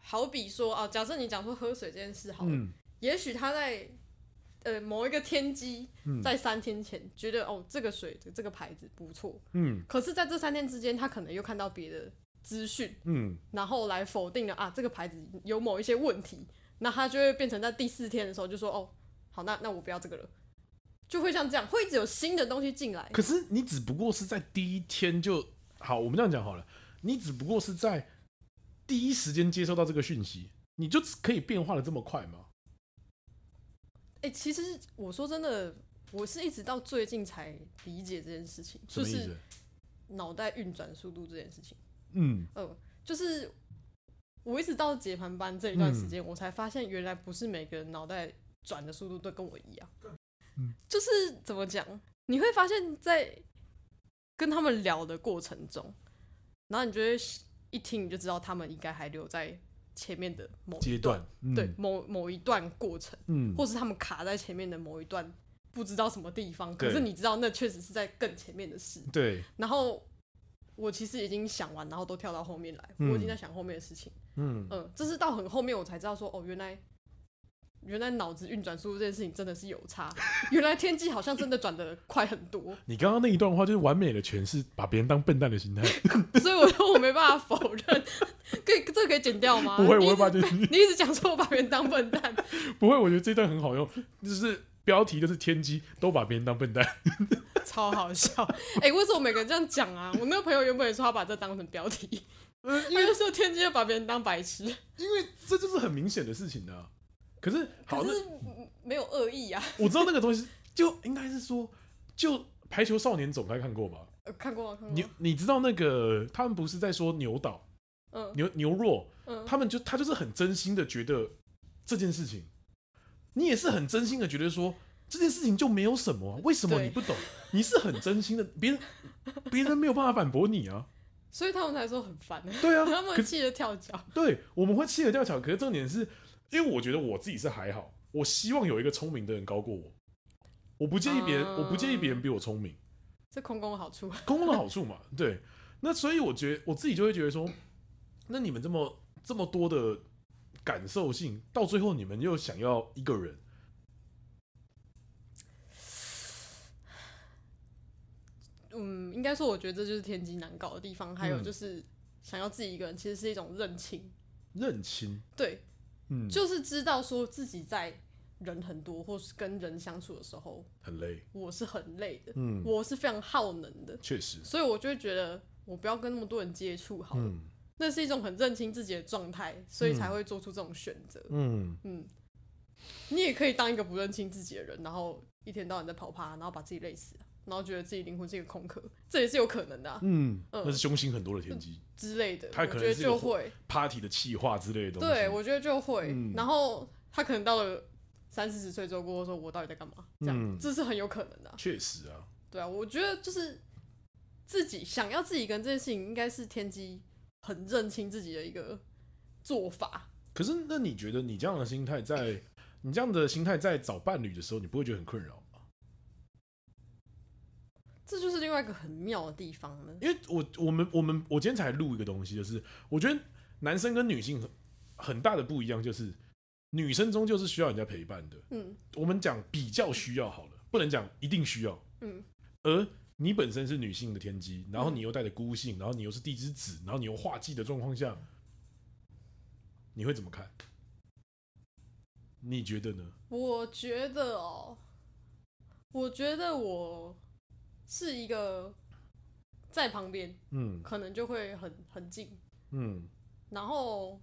Speaker 1: 好比说啊，假设你讲说喝水这件事好了，
Speaker 2: 嗯
Speaker 1: 也许他在呃某一个天机，
Speaker 2: 嗯
Speaker 1: 在三天前觉得哦这个水的这个牌子不错，
Speaker 2: 嗯
Speaker 1: 可是在这三天之间，他可能又看到别的资讯，
Speaker 2: 嗯，
Speaker 1: 然后来否定了啊这个牌子有某一些问题，那他就会变成在第四天的时候就说哦好那那我不要这个了，就会像这样，会一直有新的东西进来。
Speaker 2: 可是你只不过是在第一天就好，我们这样讲好了，你只不过是在第一时间接收到这个讯息，你就可以变化的这么快吗？
Speaker 1: 哎、其实我说真的，我是一直到最近才理解这件事情，
Speaker 2: 什
Speaker 1: 就
Speaker 2: 么意
Speaker 1: 是
Speaker 2: 思？
Speaker 1: 脑袋运转速度这件事情。
Speaker 2: 嗯
Speaker 1: 嗯，就是我一直到解盘班这一
Speaker 2: 嗯
Speaker 1: 段时间，我才发现原来不是每个人脑袋转的速度都跟我一样。
Speaker 2: 嗯
Speaker 1: 就是怎么讲，你会发现在跟他们聊的过程中，然后你就会一听你就知道他们应该还留在前面的某一
Speaker 2: 阶段，嗯
Speaker 1: 对某某一段过程。
Speaker 2: 嗯
Speaker 1: 或是他们卡在前面的某一段，不知道什么地方，
Speaker 2: 对
Speaker 1: 可是你知道那确实是在更前面的事。
Speaker 2: 对，
Speaker 1: 然后我其实已经想完，然后都跳到后面来，
Speaker 2: 嗯
Speaker 1: 我已经在想后面的事情。
Speaker 2: 嗯
Speaker 1: 嗯、这是到很后面我才知道说，哦，原来原来脑子运转速度这件事情真的是有差， 原来天际好像真的转得快很多，
Speaker 2: 你刚刚那一段话就是完美的诠释把别人当笨蛋的心态，
Speaker 1: 所以我说我没办法否认。 可以，这个可以剪掉吗？
Speaker 2: 不会，
Speaker 1: 你
Speaker 2: 我
Speaker 1: 一
Speaker 2: 会
Speaker 1: 直
Speaker 2: 把你
Speaker 1: 你一直讲说我把别人当笨蛋，
Speaker 2: 不会，我觉得这段很好用，就是标题就是天机都把别人当笨蛋，
Speaker 1: 超好笑！哎、为什么每个人这样讲啊？我那个朋友原本也说他把这当成标题，
Speaker 2: 呃，因
Speaker 1: 他
Speaker 2: 为
Speaker 1: 就说天机就把别人当白痴，
Speaker 2: 因为 这就是很明显的事情啊。可是好，
Speaker 1: 可
Speaker 2: 那
Speaker 1: 是嗯没有恶意啊。
Speaker 2: 我知道那个东西就应该是说，就排球少年总该看过吧？
Speaker 1: 呃看过吗？看过
Speaker 2: 你
Speaker 1: 吗。
Speaker 2: 你知道那个他们不是在说牛岛
Speaker 1: 嗯
Speaker 2: 牛牛若，
Speaker 1: 嗯，
Speaker 2: 他们就他就是很真心的觉得这件事情，你也是很真心的觉得说这件事情就没有什么啊、为什么
Speaker 1: 对
Speaker 2: 你不懂？你是很 真心的，别人别人没有办法反驳你啊。
Speaker 1: 所以他们才说很 烦，
Speaker 2: 对啊，
Speaker 1: 他
Speaker 2: 可
Speaker 1: 们
Speaker 2: 是
Speaker 1: 气得跳脚。
Speaker 2: 对我们会气得掉脚，可是重点是因为我觉得我自己是还好，我希望有一个聪明的人高过我，我不介意别人，
Speaker 1: 嗯
Speaker 2: 我不介意别人比我聪明，
Speaker 1: 这空工的好处，
Speaker 2: 公共的好处嘛， 对。那所以我觉得我自己就会觉得说，那你们这么这么多的感受性，到最后你们又想要一个人，
Speaker 1: 嗯，应该说我觉得这就是天机难搞的地方。还有
Speaker 2: 嗯
Speaker 1: 就是想要自己一个人，其实是一种认清，
Speaker 2: 认清，
Speaker 1: 对，
Speaker 2: 嗯，
Speaker 1: 就是知道说自己在人很多或是跟人相处的时候，
Speaker 2: 很累，
Speaker 1: 我是很累的，
Speaker 2: 嗯，
Speaker 1: 我是非常耗能的。
Speaker 2: 确实，
Speaker 1: 所以我就会觉得我不要跟那么多人接触好了，
Speaker 2: 嗯
Speaker 1: 那是一种很认清自己的状态，所以才会做出这种选择。
Speaker 2: 嗯，
Speaker 1: 嗯，你也可以当一个不认清自己的人，然后一天到晚在跑趴，然后把自己累死，然后觉得自己灵魂是一个空壳，这也是有可能的啊、
Speaker 2: 嗯，
Speaker 1: 嗯
Speaker 2: 那是凶星很多的天机
Speaker 1: 之类的。
Speaker 2: 他可
Speaker 1: 我
Speaker 2: 能
Speaker 1: 觉得
Speaker 2: 是一个
Speaker 1: 就会，
Speaker 2: ，party 的气化之类的东西，
Speaker 1: 对我觉得就会。
Speaker 2: 嗯
Speaker 1: 然后他可能到了三四十岁之后，跟我说我到底在干嘛？这样、
Speaker 2: 嗯
Speaker 1: 这是很有可能的啊、
Speaker 2: 确实啊，
Speaker 1: 对啊，我觉得就是自己想要自己跟这件事情，应该是天机很认清自己的一个做法。
Speaker 2: 可是，那你觉得你这样的心态在，你这样的心态在找伴侣的时候，你不会觉得很困扰吗？
Speaker 1: 这就是另外一个很妙的地方呢。
Speaker 2: 因为我我们我们我今天才录一个东西，就是我觉得男生跟女性很很大的不一样，就是女生终究是需要人家陪伴的。
Speaker 1: 嗯
Speaker 2: 我们讲比较需要好了，不能讲一定需要。
Speaker 1: 嗯，
Speaker 2: 而你本身是女性的天机，然后你又带着孤性，然后你又是地之子，然后你又化忌的状况下，你会怎么看？你觉得呢？
Speaker 1: 我觉得哦，我觉得我是一个在旁边
Speaker 2: 嗯
Speaker 1: 可能就会很很近，
Speaker 2: 嗯。
Speaker 1: 然后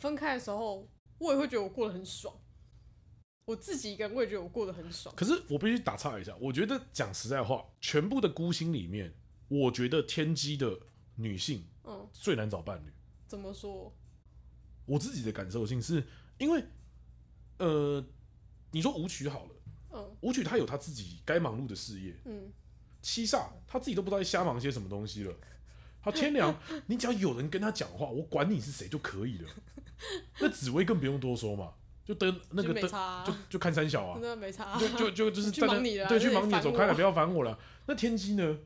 Speaker 1: 分开的时候，我也会觉得我过得很爽。我自己一个人，我也觉得我过得很爽。
Speaker 2: 可是我必须打岔一下，我觉得讲实在话，全部的孤星里面，我觉得天机的女性
Speaker 1: 嗯，
Speaker 2: 最难找伴侣。
Speaker 1: 怎么说？
Speaker 2: 我自己的感受性是因为，呃，你说舞曲好了，
Speaker 1: 嗯
Speaker 2: 舞曲他有他自己该忙碌的事业，
Speaker 1: 嗯，
Speaker 2: 七煞他自己都不知道在瞎忙些什么东西了。好，天良，你只要有人跟他讲话，我管你是谁就可以了。那紫薇更不用多说嘛，就登那个
Speaker 1: 就没
Speaker 2: 登
Speaker 1: 差啊
Speaker 2: 就就看三小啊
Speaker 1: 真，的没差啊、
Speaker 2: 就就就就是
Speaker 1: 你去
Speaker 2: 站
Speaker 1: 忙
Speaker 2: 在
Speaker 1: 你的啊
Speaker 2: 对，
Speaker 1: 在
Speaker 2: 去
Speaker 1: 那里
Speaker 2: 忙你的，
Speaker 1: 烦
Speaker 2: 走开了，
Speaker 1: 我
Speaker 2: 不要烦我了。那天机呢？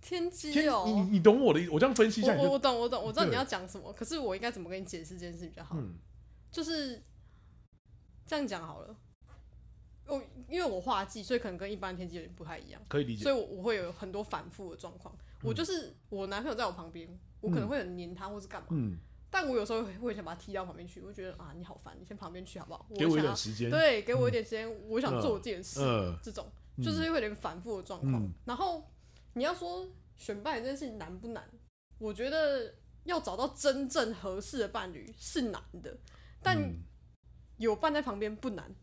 Speaker 1: 天机
Speaker 2: 天，
Speaker 1: 哦、
Speaker 2: 你你懂我的意，我这样分析一下
Speaker 1: 我
Speaker 2: 你
Speaker 1: 我
Speaker 2: 就
Speaker 1: 我懂我懂，我知道你
Speaker 2: 对
Speaker 1: 要讲什么，可是我应该怎么跟你解释这件事比较好？
Speaker 2: 嗯
Speaker 1: 就是这样讲好了。我因为我画技，所以可能跟一般天机有点不太一样，
Speaker 2: 可以理解嗯
Speaker 1: 所以。我我会有很多反复的状况。我就是我男朋友在我旁边，我可能会很黏他或是干嘛，
Speaker 2: 嗯，
Speaker 1: 但我有时候会会想把他踢到旁边去，我觉得啊你好烦，你先旁边去好不好？
Speaker 2: 给我一
Speaker 1: 想
Speaker 2: 点
Speaker 1: 要
Speaker 2: 时间。
Speaker 1: 对，给我一点时间，我想做我自己的事，
Speaker 2: 呃，
Speaker 1: 这种
Speaker 2: 嗯
Speaker 1: 就是会有点反复的状况。
Speaker 2: 嗯
Speaker 1: 然后你要说选伴侣这件事情难不难？我觉得要找到真正合适的伴侣是难的，但
Speaker 2: 嗯
Speaker 1: 有伴在旁边不难，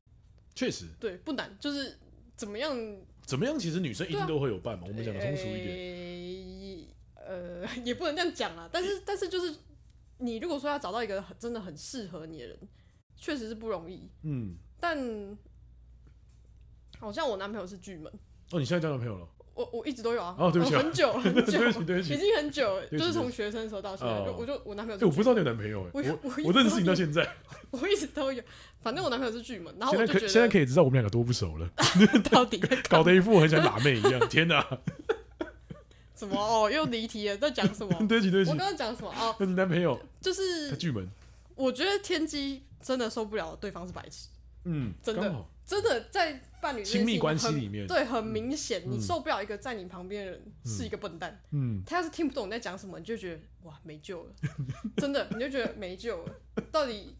Speaker 2: 确实，
Speaker 1: 对，不难，就是怎么样？
Speaker 2: 怎么样？其实女生一定
Speaker 1: 对啊
Speaker 2: 都会有伴嘛。我们讲的通俗一点，
Speaker 1: 点，呃， 也不能这样讲啦。但是，但是就是你如果说要找到一个很真的很适合你的人，确实是不容易。
Speaker 2: 嗯，
Speaker 1: 但好像我男朋友是巨门。
Speaker 2: 哦，你现在交男朋友了？
Speaker 1: 我我一直都有啊，
Speaker 2: 哦对不起啊
Speaker 1: 我很久 很久，
Speaker 2: 对不起对不起
Speaker 1: 已经很久了，
Speaker 2: 对不起
Speaker 1: 就是从学生的时候到现在，
Speaker 2: 哦
Speaker 1: 就我就我男朋友
Speaker 2: 哎、
Speaker 1: 是
Speaker 2: 我不知道你有男朋友哎、
Speaker 1: 我
Speaker 2: 我
Speaker 1: 我
Speaker 2: 我认识你到 现在，
Speaker 1: 我一直都有，反正我男朋友是巨门，然后
Speaker 2: 现
Speaker 1: 我
Speaker 2: 在
Speaker 1: 就
Speaker 2: 可
Speaker 1: 觉
Speaker 2: 现在
Speaker 1: 得
Speaker 2: 可以知道我们两个多不熟了，
Speaker 1: 到底 在
Speaker 2: 搞得一副很想打妹一 样。天哪、
Speaker 1: 什么哦，又离题了，在讲什么？
Speaker 2: 对不起 对
Speaker 1: 我
Speaker 2: 不
Speaker 1: 刚刚
Speaker 2: 起，
Speaker 1: 讲什么哦？
Speaker 2: 那你男朋友
Speaker 1: 就
Speaker 2: 他
Speaker 1: 是
Speaker 2: 巨门，
Speaker 1: 我觉得天机真的受不了对方是白痴，
Speaker 2: 嗯，
Speaker 1: 真的
Speaker 2: 刚好
Speaker 1: 真的在伴侣这件
Speaker 2: 亲
Speaker 1: 事
Speaker 2: 密
Speaker 1: 情
Speaker 2: 关系
Speaker 1: 很
Speaker 2: 里面，
Speaker 1: 对，很明显，你
Speaker 2: 嗯
Speaker 1: 受不了一个在你旁边的人是一个笨蛋，
Speaker 2: 嗯，
Speaker 1: 他要是听不懂你在讲什么，你就觉得哇没救了， 真的你就觉得没救了。到底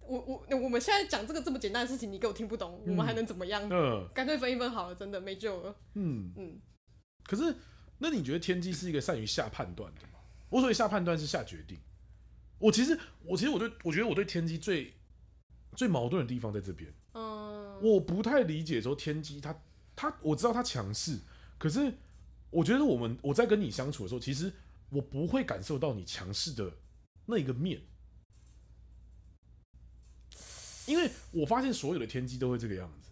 Speaker 1: 我我我们现在讲这个这么简单的事情，你给我听不懂，我们还能怎么样？
Speaker 2: 嗯
Speaker 1: 干脆分一分好了，真的没救了。
Speaker 2: 嗯。
Speaker 1: 嗯，
Speaker 2: 可是，那你觉得天机是一个善于下判断的吗？我所谓下判断是下决定。我其实，我其实我对我觉得我对天机最最矛盾的地方在这边，
Speaker 1: 嗯，
Speaker 2: 我不太理解说天机他他我知道他强势，可是我觉得我们我在跟你相处的时候，其实我不会感受到你强势的那一个面，因为我发现所有的天机都会这个样子，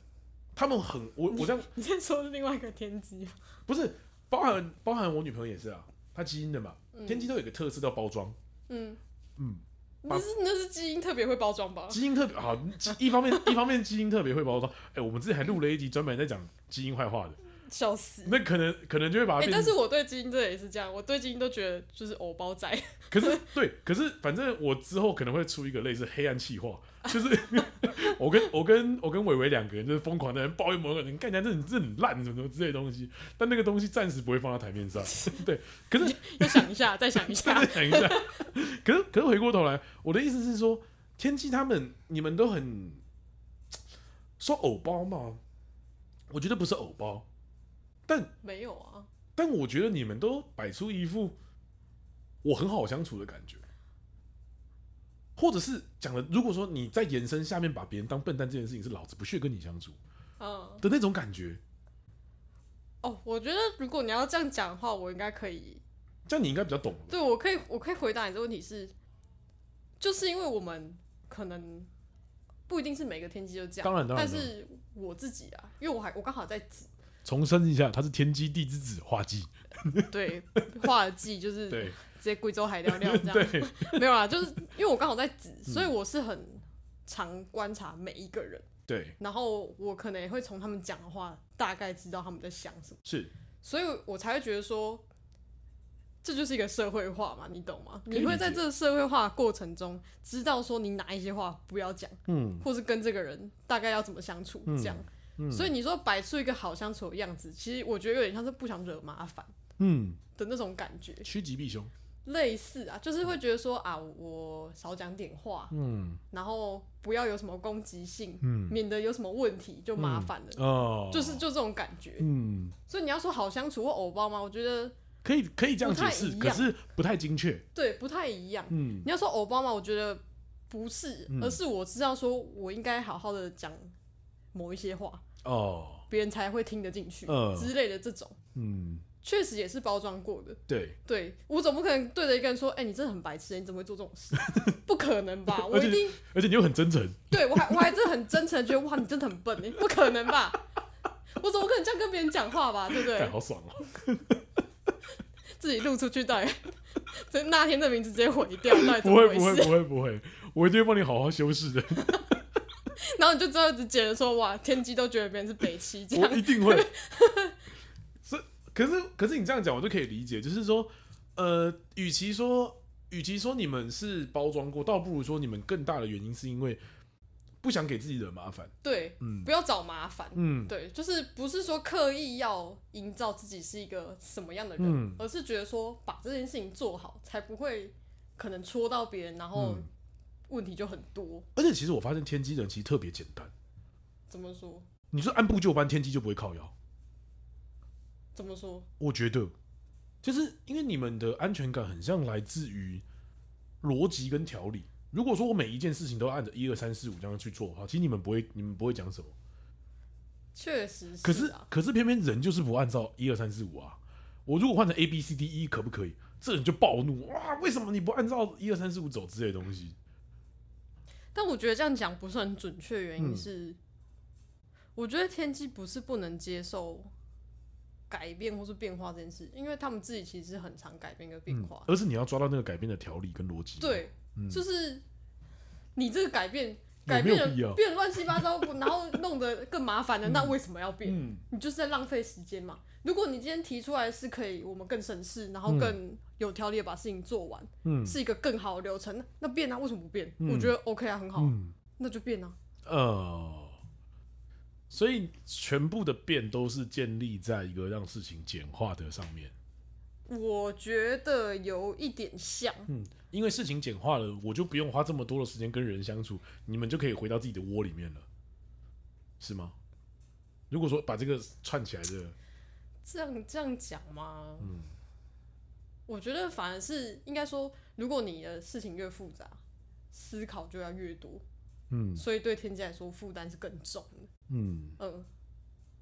Speaker 2: 他们很我我这样
Speaker 1: 你在说的是另外一个天机啊？
Speaker 2: 不是包含包含我女朋友也是啊，她基因的嘛，天机都有一个特色叫包装，
Speaker 1: 嗯，
Speaker 2: 嗯，
Speaker 1: 那是那是基因特别会包装吧？
Speaker 2: 基因特别好，基一方面 一方面基因特别会包装，哎、我们之前还录了一集专门在讲基因坏话的，
Speaker 1: 笑死。
Speaker 2: 那可能可能就会把它
Speaker 1: 哎、
Speaker 2: 变成
Speaker 1: 但是我对基因这也是这样，我对基因都觉得就是偶包仔，
Speaker 2: 可是对，可是反正我之后可能会出一个类似黑暗气化， 就是我跟我跟我跟伟伟两个人就是疯狂的人抱怨某个人，干人家这很这很烂什么什么之类的东西，但那个东西暂时不会放到台面上。对，可是
Speaker 1: 要想一下，再想 一下
Speaker 2: 再。想一下，可是可是回过头来，我的意思是说，天气他们你们都很说偶包嘛，我觉得不是偶包，但
Speaker 1: 没有啊，
Speaker 2: 但我觉得你们都摆出一副我很好相处的感觉，或者是讲的，如果说你在延伸下面把别人当笨蛋这件事情，是老子不屑跟你相处
Speaker 1: 嗯，
Speaker 2: 的那种感觉，
Speaker 1: 哦，我觉得如果你要这样讲的话，我应该可以
Speaker 2: 这样你应该比较懂了。
Speaker 1: 对，我可以，我可以回答你这个问题是，就是因为我们可能不一定是每个天机就这样，
Speaker 2: 当然当然
Speaker 1: 但是我自己啊，因为我还我刚好在子
Speaker 2: 重申一下，他是天机地之子画技，
Speaker 1: 对画技， 就是直
Speaker 2: 对
Speaker 1: 接贵州海聊聊这样，
Speaker 2: 对， 嗯
Speaker 1: 没有啦，就是因为我刚好在子，所以我是很常观察每一个人，
Speaker 2: 对
Speaker 1: 然后我可能也会从他们讲的话大概知道他们在想什么，
Speaker 2: 是，
Speaker 1: 所以我才会觉得说。这就是一个社会化嘛，你懂吗？
Speaker 2: 以理
Speaker 1: 你会在
Speaker 2: 解
Speaker 1: 这个社会化的过程中，知道说你哪一些话不要讲，
Speaker 2: 嗯
Speaker 1: 或是跟这个人大概要怎么相处
Speaker 2: 嗯
Speaker 1: 这样。
Speaker 2: 嗯
Speaker 1: 所以你说摆出一个好相处的样子，其实我觉得有点像是不想惹麻烦
Speaker 2: 嗯，
Speaker 1: 的那种感觉，
Speaker 2: 趋吉避凶，
Speaker 1: 类似啊，就是会觉得说啊，我少讲点话，
Speaker 2: 嗯
Speaker 1: 然后不要有什么攻击性，
Speaker 2: 嗯，
Speaker 1: 免得有什么问题就麻烦了，
Speaker 2: 哦，
Speaker 1: 就是就这种感觉。
Speaker 2: 嗯，
Speaker 1: 所以你要说好相处或偶包吗？我觉得
Speaker 2: 可以可以这样解释，
Speaker 1: 不太
Speaker 2: 可
Speaker 1: 一样
Speaker 2: 是不太精确，
Speaker 1: 对，不太一样。
Speaker 2: 嗯
Speaker 1: 你要说偶包吗？我觉得不是，
Speaker 2: 嗯
Speaker 1: 而是我知道说我应该好好的讲某一些话，
Speaker 2: 哦，
Speaker 1: 别人才会听得进去、
Speaker 2: 嗯
Speaker 1: 之类的这种，
Speaker 2: 嗯，
Speaker 1: 确实也是包装过的。
Speaker 2: 对，
Speaker 1: 对我总不可能对着一个人说：“哎、你真的很白痴，你怎么会做这种事？” 不可能 吧？我
Speaker 2: 而且
Speaker 1: 一定
Speaker 2: 而且你又很真诚，
Speaker 1: 对我还我还真的很真诚，觉得哇，你真的很笨哎、不可能吧？我怎么可能这样跟别人讲话吧？对不
Speaker 2: 感
Speaker 1: 对？
Speaker 2: 好爽 哦。
Speaker 1: 自己录出去到底， 这那天的名字直接毁掉，到底怎
Speaker 2: 不
Speaker 1: 么
Speaker 2: 会
Speaker 1: 回
Speaker 2: 不会
Speaker 1: 事？
Speaker 2: 不会不会，我一定会帮你好好修饰 的，
Speaker 1: 然后你就知道只捡了说哇，天机都觉得别人是北七这
Speaker 2: 我
Speaker 1: 样，
Speaker 2: 一 定会。是，可是可是你这样讲，我就可以理解，就是说，呃，与其说与其说你们是包装过，倒不如说你们更大的原因是因为不想给自己惹麻烦。
Speaker 1: 对，
Speaker 2: 嗯
Speaker 1: 不要找麻烦。
Speaker 2: 嗯，
Speaker 1: 对，就是不是说刻意要营造自己是一个什么样的人，
Speaker 2: 嗯
Speaker 1: 而是觉得说把这件事情做好，才不会可能戳到别人，然后
Speaker 2: 嗯
Speaker 1: 问题就很多。
Speaker 2: 而且其实我发现天机人其实特别简单，
Speaker 1: 怎么说？
Speaker 2: 你说按部就班，天机就不会靠腰。
Speaker 1: 怎么说？
Speaker 2: 我觉得，就是因为你们的安全感很像来自于逻辑跟条理。如果说我每一件事情都按着一二三四五这样去做的话，其实你们不会，你们不会讲什么。
Speaker 1: 确实
Speaker 2: 可是，
Speaker 1: 啊，
Speaker 2: 可是偏偏人就是不按照一二三四五啊。我如果换成 A B C D E 可不可以？这人就暴怒哇！为什么你不按照一二三四五走之类的东西？
Speaker 1: 但我觉得这样讲不是很准确，原因
Speaker 2: 嗯
Speaker 1: 是、我觉得天机不是不能接受改变或是变化这件事，因为他们自己其实很常改变跟变
Speaker 2: 嗯
Speaker 1: 化。，
Speaker 2: 而是你要抓到那个改变的条理跟逻辑。，
Speaker 1: 对，
Speaker 2: 嗯
Speaker 1: 就是你这个改变，
Speaker 2: 有
Speaker 1: 改
Speaker 2: 没有
Speaker 1: 变了
Speaker 2: 必要
Speaker 1: 变得乱七八糟，然后弄得更麻烦了，那为什么要变？
Speaker 2: 嗯
Speaker 1: 你就是在浪费时间嘛。如果你今天提出来是可以，我们更省事，然后更有条理的把事情做完，
Speaker 2: 嗯
Speaker 1: 是一个更好的流程，那那变啊，为什么不变？
Speaker 2: 嗯
Speaker 1: 我觉得 OK 啊，很好，
Speaker 2: 嗯，
Speaker 1: 那就变啊。
Speaker 2: 呃，所以全部的变都是建立在一个让事情简化的上面。
Speaker 1: 我觉得有一点像，
Speaker 2: 嗯，因为事情简化了，我就不用花这么多的时间跟人相处，你们就可以回到自己的窝里面了，是吗？如果说把这个串起来的，
Speaker 1: 这样这样讲吗？
Speaker 2: 嗯
Speaker 1: 我觉得反而是应该说，如果你的事情越复杂，思考就要越多，
Speaker 2: 嗯
Speaker 1: 所以对天机来说负担是更重的。
Speaker 2: 嗯，
Speaker 1: 嗯，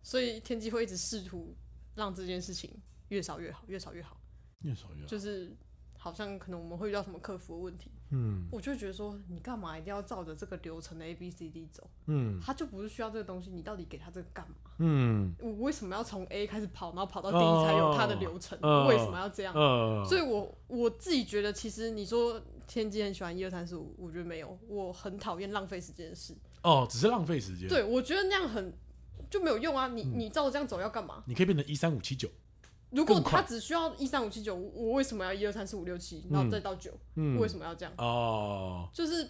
Speaker 1: 所以天机会一直试图让这件事情越少越好，越少越好。
Speaker 2: 越少越好，
Speaker 1: 就是好像可能我们会遇到什么客服的问题，
Speaker 2: 嗯
Speaker 1: 我就会觉得说，你干嘛一定要照着这个流程的 A B C D 走？
Speaker 2: 嗯
Speaker 1: 他就不是需要这个东西，你到底给他这个干嘛？
Speaker 2: 嗯
Speaker 1: 我为什么要从 A 开始跑，然后跑到
Speaker 2: 哦
Speaker 1: D 才有它的流程？
Speaker 2: 哦
Speaker 1: 为什么要这样？
Speaker 2: 呃，
Speaker 1: 所以我我自己觉得，其实你说天机很喜欢一二三四五，我觉得没有，我很讨厌浪费时间的事。
Speaker 2: 哦，只是浪费时间，，
Speaker 1: 对，我觉得那样很就没有用啊！
Speaker 2: 嗯
Speaker 1: 你你照着这样走要干嘛？
Speaker 2: 你可以变成一三五七九，
Speaker 1: 如果
Speaker 2: 更快
Speaker 1: 他只需要一三五七九，我我为什么要一二三四五六七，然后再到九、
Speaker 2: 嗯
Speaker 1: 为什么要这样？
Speaker 2: 哦，
Speaker 1: 就是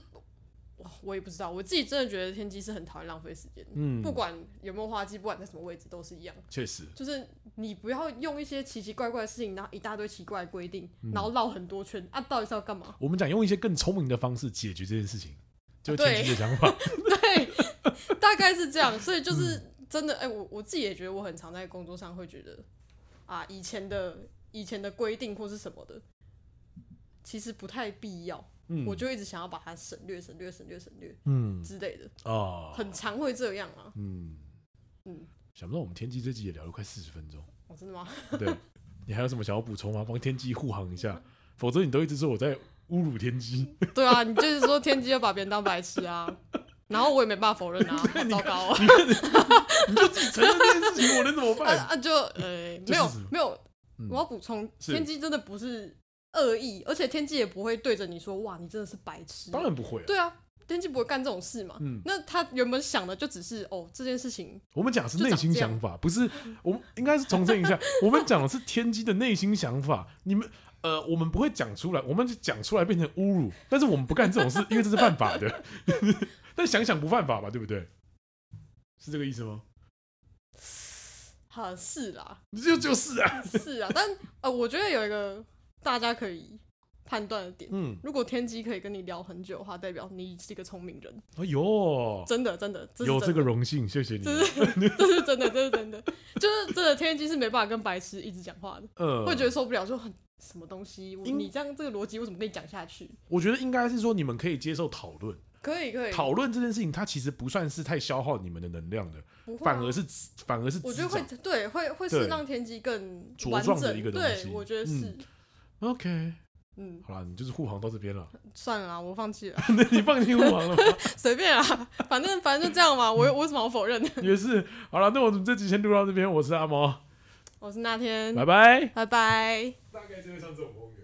Speaker 1: 哇，我也不知道，我自己真的觉得天机是很讨厌浪费时间的，
Speaker 2: 嗯，
Speaker 1: 不管有没有花季，不管在什么位置都是一样。
Speaker 2: 确实，
Speaker 1: 就是你不要用一些奇奇怪怪的事情，然后一大堆奇怪的规定，
Speaker 2: 嗯
Speaker 1: 然后绕很多圈啊，到底是要干 嘛？
Speaker 2: 我们讲用一些更聪明的方式解决这件事情，就是
Speaker 1: 啊对
Speaker 2: 天机的想 法，
Speaker 1: 对，大概是这样。所以就是
Speaker 2: 嗯
Speaker 1: 真的，哎、我我自己也觉得我很常在工作上会觉得啊，以前的以前的规定或是什么的，其实不太必要，
Speaker 2: 嗯，
Speaker 1: 我就一直想要把它省略、省略、省略、省略
Speaker 2: 嗯
Speaker 1: 之类的，
Speaker 2: 哦，
Speaker 1: 很常会这样啊。
Speaker 2: 嗯
Speaker 1: 嗯，
Speaker 2: 想不到我们天机这集也聊了快四十分钟。
Speaker 1: 哦，真的吗？
Speaker 2: 对， 你还有什么想要补充吗？帮天机护航一下，否则你都一直说我在侮辱 天机。
Speaker 1: 对啊，你就是说天机要把别人当白痴啊，然后我也没办法否 认啊，好糟糕啊。
Speaker 2: 你就自己承认这件事情，我能怎么
Speaker 1: 啊
Speaker 2: 办？
Speaker 1: 啊，就呃，没有
Speaker 2: 什么
Speaker 1: 没有，
Speaker 2: 嗯
Speaker 1: 我要补充，
Speaker 2: 是
Speaker 1: 天机真的不是恶意，而且天机也不会对着你说哇，你真的是白痴。
Speaker 2: 当然不会、啊，
Speaker 1: 对啊，天机不会干这种事嘛。
Speaker 2: 嗯
Speaker 1: 那他原本想的就只是哦，这件事情
Speaker 2: 我们讲的是内心想法，不 是我们应该是重申一下，我们讲的是天机的内心想法。你们呃，我们不会讲出来，我们就讲出来变成侮辱，但是我们不干这种事，因为这是犯法的。 但想想不犯法吧，对不对？是这个意思吗？
Speaker 1: 哈、是啦
Speaker 2: 就就是啊，
Speaker 1: 是啦，但呃，我觉得有一个大家可以判断的点。
Speaker 2: 嗯，
Speaker 1: 如果天机可以跟你聊很久的话，代表你是一个聪明人，
Speaker 2: 哎呦，
Speaker 1: 真的，真的，这是
Speaker 2: 有
Speaker 1: 真
Speaker 2: 这
Speaker 1: 的
Speaker 2: 个荣幸，谢谢你。
Speaker 1: 这是 这是真的，这是真的，就是真的天机是没办法跟白痴一直讲话的。
Speaker 2: 呃，
Speaker 1: 会觉得受不了，说很什么东西，我
Speaker 2: 因
Speaker 1: 你这样这个逻辑为什么跟你讲下去？
Speaker 2: 我觉得应该是说你们可以接受讨论，
Speaker 1: 可以可以，
Speaker 2: 讨论这件事情，它其实不算是太消耗你们的能量的，
Speaker 1: 不会啊
Speaker 2: 反而是反而是
Speaker 1: 我
Speaker 2: 滋
Speaker 1: 觉得会
Speaker 2: 长
Speaker 1: 对会会是
Speaker 2: 对
Speaker 1: 让天机更
Speaker 2: 茁
Speaker 1: 完
Speaker 2: 壮的
Speaker 1: 整
Speaker 2: 一个东西嗯
Speaker 1: 对，我觉得是，
Speaker 2: OK。
Speaker 1: 嗯，
Speaker 2: 好啦，你就是护航到这边了，
Speaker 1: 算了啦，我放弃了，
Speaker 2: 那 你放心护航了吗？
Speaker 1: 随便啊，反正反正就这样嘛，我有我有什么好否认的？
Speaker 2: 也是。好了，那我们这集先录到这边，我是阿毛，
Speaker 1: 我是那天，
Speaker 2: 拜拜。
Speaker 1: 拜拜。
Speaker 2: 大概就会像这种风格。